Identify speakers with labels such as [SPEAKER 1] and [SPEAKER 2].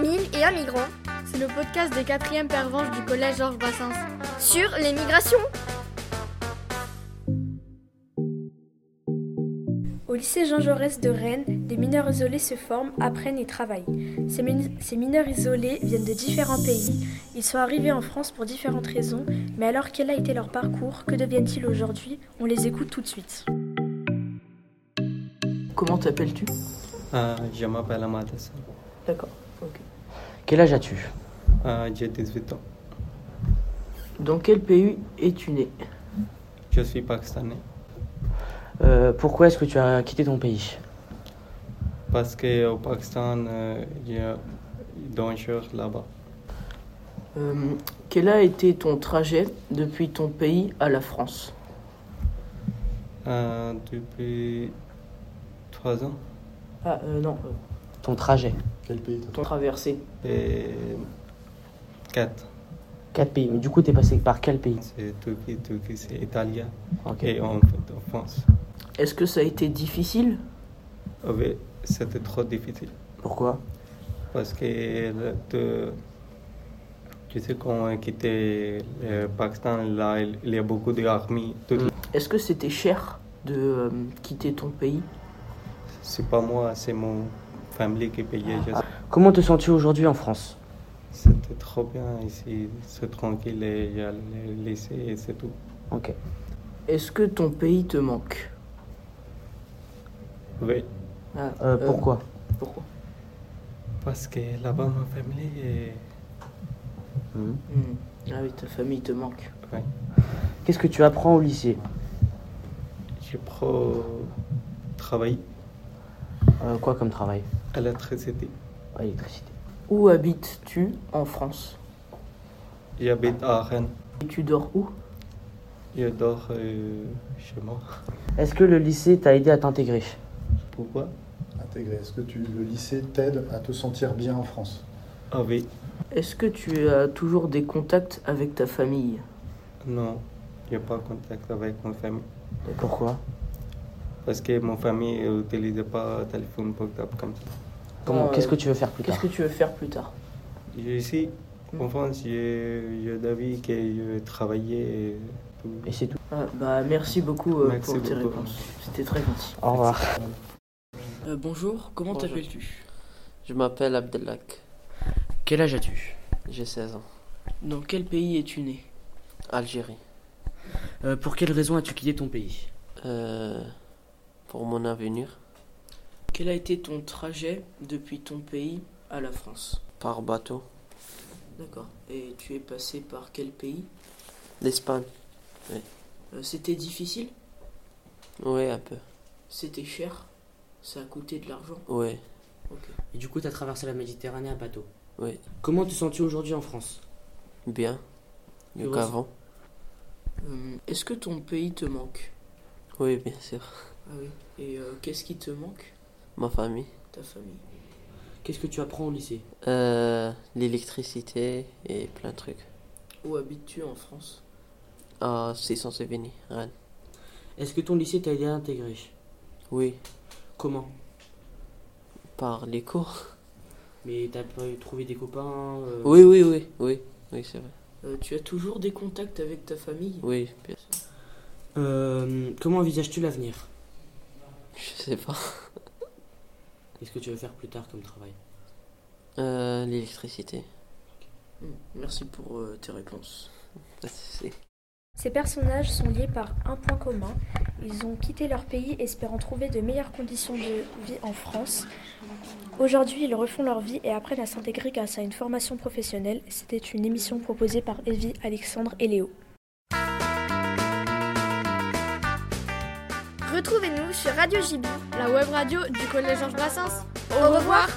[SPEAKER 1] Mille et un migrant
[SPEAKER 2] C'est le podcast des quatrièmes pervenches du collège Georges Brassens.
[SPEAKER 1] sur les migrations.
[SPEAKER 3] Au lycée Jean Jaurès de Rennes, des mineurs isolés se forment, apprennent et travaillent. Ces, min- ces mineurs isolés viennent de différents pays. Ils sont arrivés en France pour différentes raisons, mais alors quel a été leur parcours Que deviennent-ils aujourd'hui On les écoute tout de suite.
[SPEAKER 4] Comment t'appelles-tu
[SPEAKER 5] Euh, je m'appelle Amad Hassan.
[SPEAKER 4] D'accord, ok.
[SPEAKER 6] Quel âge as-tu
[SPEAKER 5] Euh, j'ai 18 ans.
[SPEAKER 4] Dans quel pays es-tu né
[SPEAKER 5] Je suis pakistanais
[SPEAKER 6] Euh, Pourquoi est-ce que tu as quitté ton pays
[SPEAKER 5] parce qu'au Pakistan, euh, il y a danger là-bas.
[SPEAKER 4] Euh, Quel a été ton trajet depuis ton pays à la France
[SPEAKER 5] Euh, depuis trois ans,
[SPEAKER 4] Ah, euh, non,
[SPEAKER 6] Ton trajet
[SPEAKER 7] Quel pays
[SPEAKER 4] euh, ton traversée.
[SPEAKER 5] et quatre,
[SPEAKER 6] Quatre pays. Mais du coup, t'es passé par quel pays
[SPEAKER 5] c'est Turquie, Turquie, c'est Italien
[SPEAKER 6] Ok.
[SPEAKER 5] et en fait en France.
[SPEAKER 4] Est-ce que ça a été difficile
[SPEAKER 5] Euh, oui, c'était trop difficile
[SPEAKER 6] Pourquoi
[SPEAKER 5] parce que le- de- tu sais quand on quittait le Pakistan, là, il il y a beaucoup d'armées. Tout-
[SPEAKER 4] Est-ce que c'était cher de euh, quitter ton pays
[SPEAKER 5] C'est pas moi, c'est mon famille qui payait. je
[SPEAKER 6] Comment te sens-tu aujourd'hui en France
[SPEAKER 5] C'était trop bien ici, c'est tranquille et il y a le lycée et c'est tout.
[SPEAKER 6] Ok.
[SPEAKER 4] Est-ce que ton pays te manque
[SPEAKER 5] Oui,
[SPEAKER 4] Ah,
[SPEAKER 6] Euh,
[SPEAKER 4] euh,
[SPEAKER 6] pourquoi
[SPEAKER 4] Pourquoi
[SPEAKER 5] parce que là-bas, ma famille eh, est...
[SPEAKER 6] Hmm.
[SPEAKER 4] Hmm. Ah oui, ta famille te manque.
[SPEAKER 5] ouais.
[SPEAKER 6] Qu'est-ce que tu apprends au lycée
[SPEAKER 5] J'ai pro travail,
[SPEAKER 6] Euh, Quoi comme travail
[SPEAKER 5] électricité.
[SPEAKER 6] Ah, Électricité.
[SPEAKER 4] Où habites-tu en France
[SPEAKER 5] J'habite à Rennes,
[SPEAKER 4] Et tu dors où
[SPEAKER 5] je dors euh, chez moi.
[SPEAKER 6] Est-ce que le lycée t'a aidé à t'intégrer
[SPEAKER 5] Pourquoi
[SPEAKER 7] intégré Est-ce que tu, le lycée t'aide à te sentir bien en France
[SPEAKER 5] Ah oui,
[SPEAKER 4] Est-ce que tu as toujours des contacts avec ta famille
[SPEAKER 5] non, je n'ai pas contact avec ma famille.
[SPEAKER 6] Euh, Pourquoi
[SPEAKER 5] Parce que ma famille n'utilise pas téléphone portable comme ça.
[SPEAKER 6] Comment
[SPEAKER 4] Euh,
[SPEAKER 6] Qu'est-ce que tu veux faire plus
[SPEAKER 4] Qu'est-ce
[SPEAKER 6] tard
[SPEAKER 4] que tu veux faire plus tard
[SPEAKER 5] Ici, en France, j'ai j'ai d'avis que je travaillais euh, et tout.
[SPEAKER 6] Et c'est tout.
[SPEAKER 4] Ah, bah, merci beaucoup euh,
[SPEAKER 5] Merci
[SPEAKER 4] pour tes
[SPEAKER 5] beaucoup.
[SPEAKER 4] réponses. C'était très gentil.
[SPEAKER 6] Au revoir.
[SPEAKER 8] Euh, bonjour, comment
[SPEAKER 9] Bonjour.
[SPEAKER 8] t'appelles-tu
[SPEAKER 9] Je m'appelle Abdelak,
[SPEAKER 6] Quel âge as-tu
[SPEAKER 9] j'ai 16 ans,
[SPEAKER 8] Dans quel pays es-tu né
[SPEAKER 9] Algérie.
[SPEAKER 6] Euh, Pour quelle raison as-tu quitté ton pays
[SPEAKER 9] Euh, pour mon avenir,
[SPEAKER 8] Quel a été ton trajet depuis ton pays à la France
[SPEAKER 9] par bateau,
[SPEAKER 8] D'accord. Et tu es passé par quel pays
[SPEAKER 9] l'Espagne,
[SPEAKER 8] Euh, C'était difficile
[SPEAKER 9] oui un peu,
[SPEAKER 8] C'était cher Ça a coûté de l'argent
[SPEAKER 9] oui,
[SPEAKER 8] Ok.
[SPEAKER 6] Et du coup, t'as traversé la Méditerranée à bateau.
[SPEAKER 9] Oui.
[SPEAKER 6] Comment te sens-tu aujourd'hui en France
[SPEAKER 9] bien, mieux
[SPEAKER 8] Heureuse.
[SPEAKER 9] qu'avant,
[SPEAKER 8] Euh, Est-ce que ton pays te manque
[SPEAKER 9] oui bien sûr,
[SPEAKER 8] Ah oui. Et euh, qu'est-ce qui te manque
[SPEAKER 9] ma famille,
[SPEAKER 8] Ta famille.
[SPEAKER 6] Qu'est-ce que tu apprends au lycée
[SPEAKER 9] Euh, l'électricité et plein de trucs.
[SPEAKER 8] Où habites-tu en France
[SPEAKER 9] Ah, c'est censé venir, hein, Rennes.
[SPEAKER 6] Est-ce que ton lycée t'a aidé à intégrer
[SPEAKER 9] Oui,
[SPEAKER 6] Comment
[SPEAKER 9] par les cours.
[SPEAKER 6] Mais t'as pas eu trouvé des copains euh,
[SPEAKER 9] Oui, oui, oui, oui, oui c'est vrai,
[SPEAKER 8] Euh, Tu as toujours des contacts avec ta famille
[SPEAKER 9] oui, bien sûr.
[SPEAKER 6] Euh, comment envisages-tu l'avenir
[SPEAKER 9] je sais pas,
[SPEAKER 6] Qu'est-ce que tu veux faire plus tard comme travail
[SPEAKER 9] euh, l'électricité,
[SPEAKER 8] Hmm, Merci pour euh, tes réponses.
[SPEAKER 9] pas de souci.
[SPEAKER 3] Ces personnages sont liés par un point commun. Ils ont quitté leur pays espérant trouver de meilleures conditions de vie en France. Aujourd'hui, ils refont leur vie et apprennent à s'intégrer grâce à une formation professionnelle. C'était une émission proposée par Evie, Alexandre et Léo.
[SPEAKER 1] Retrouvez-nous sur Radio JB.
[SPEAKER 2] La web radio du collège Georges Brassens.
[SPEAKER 1] Au revoir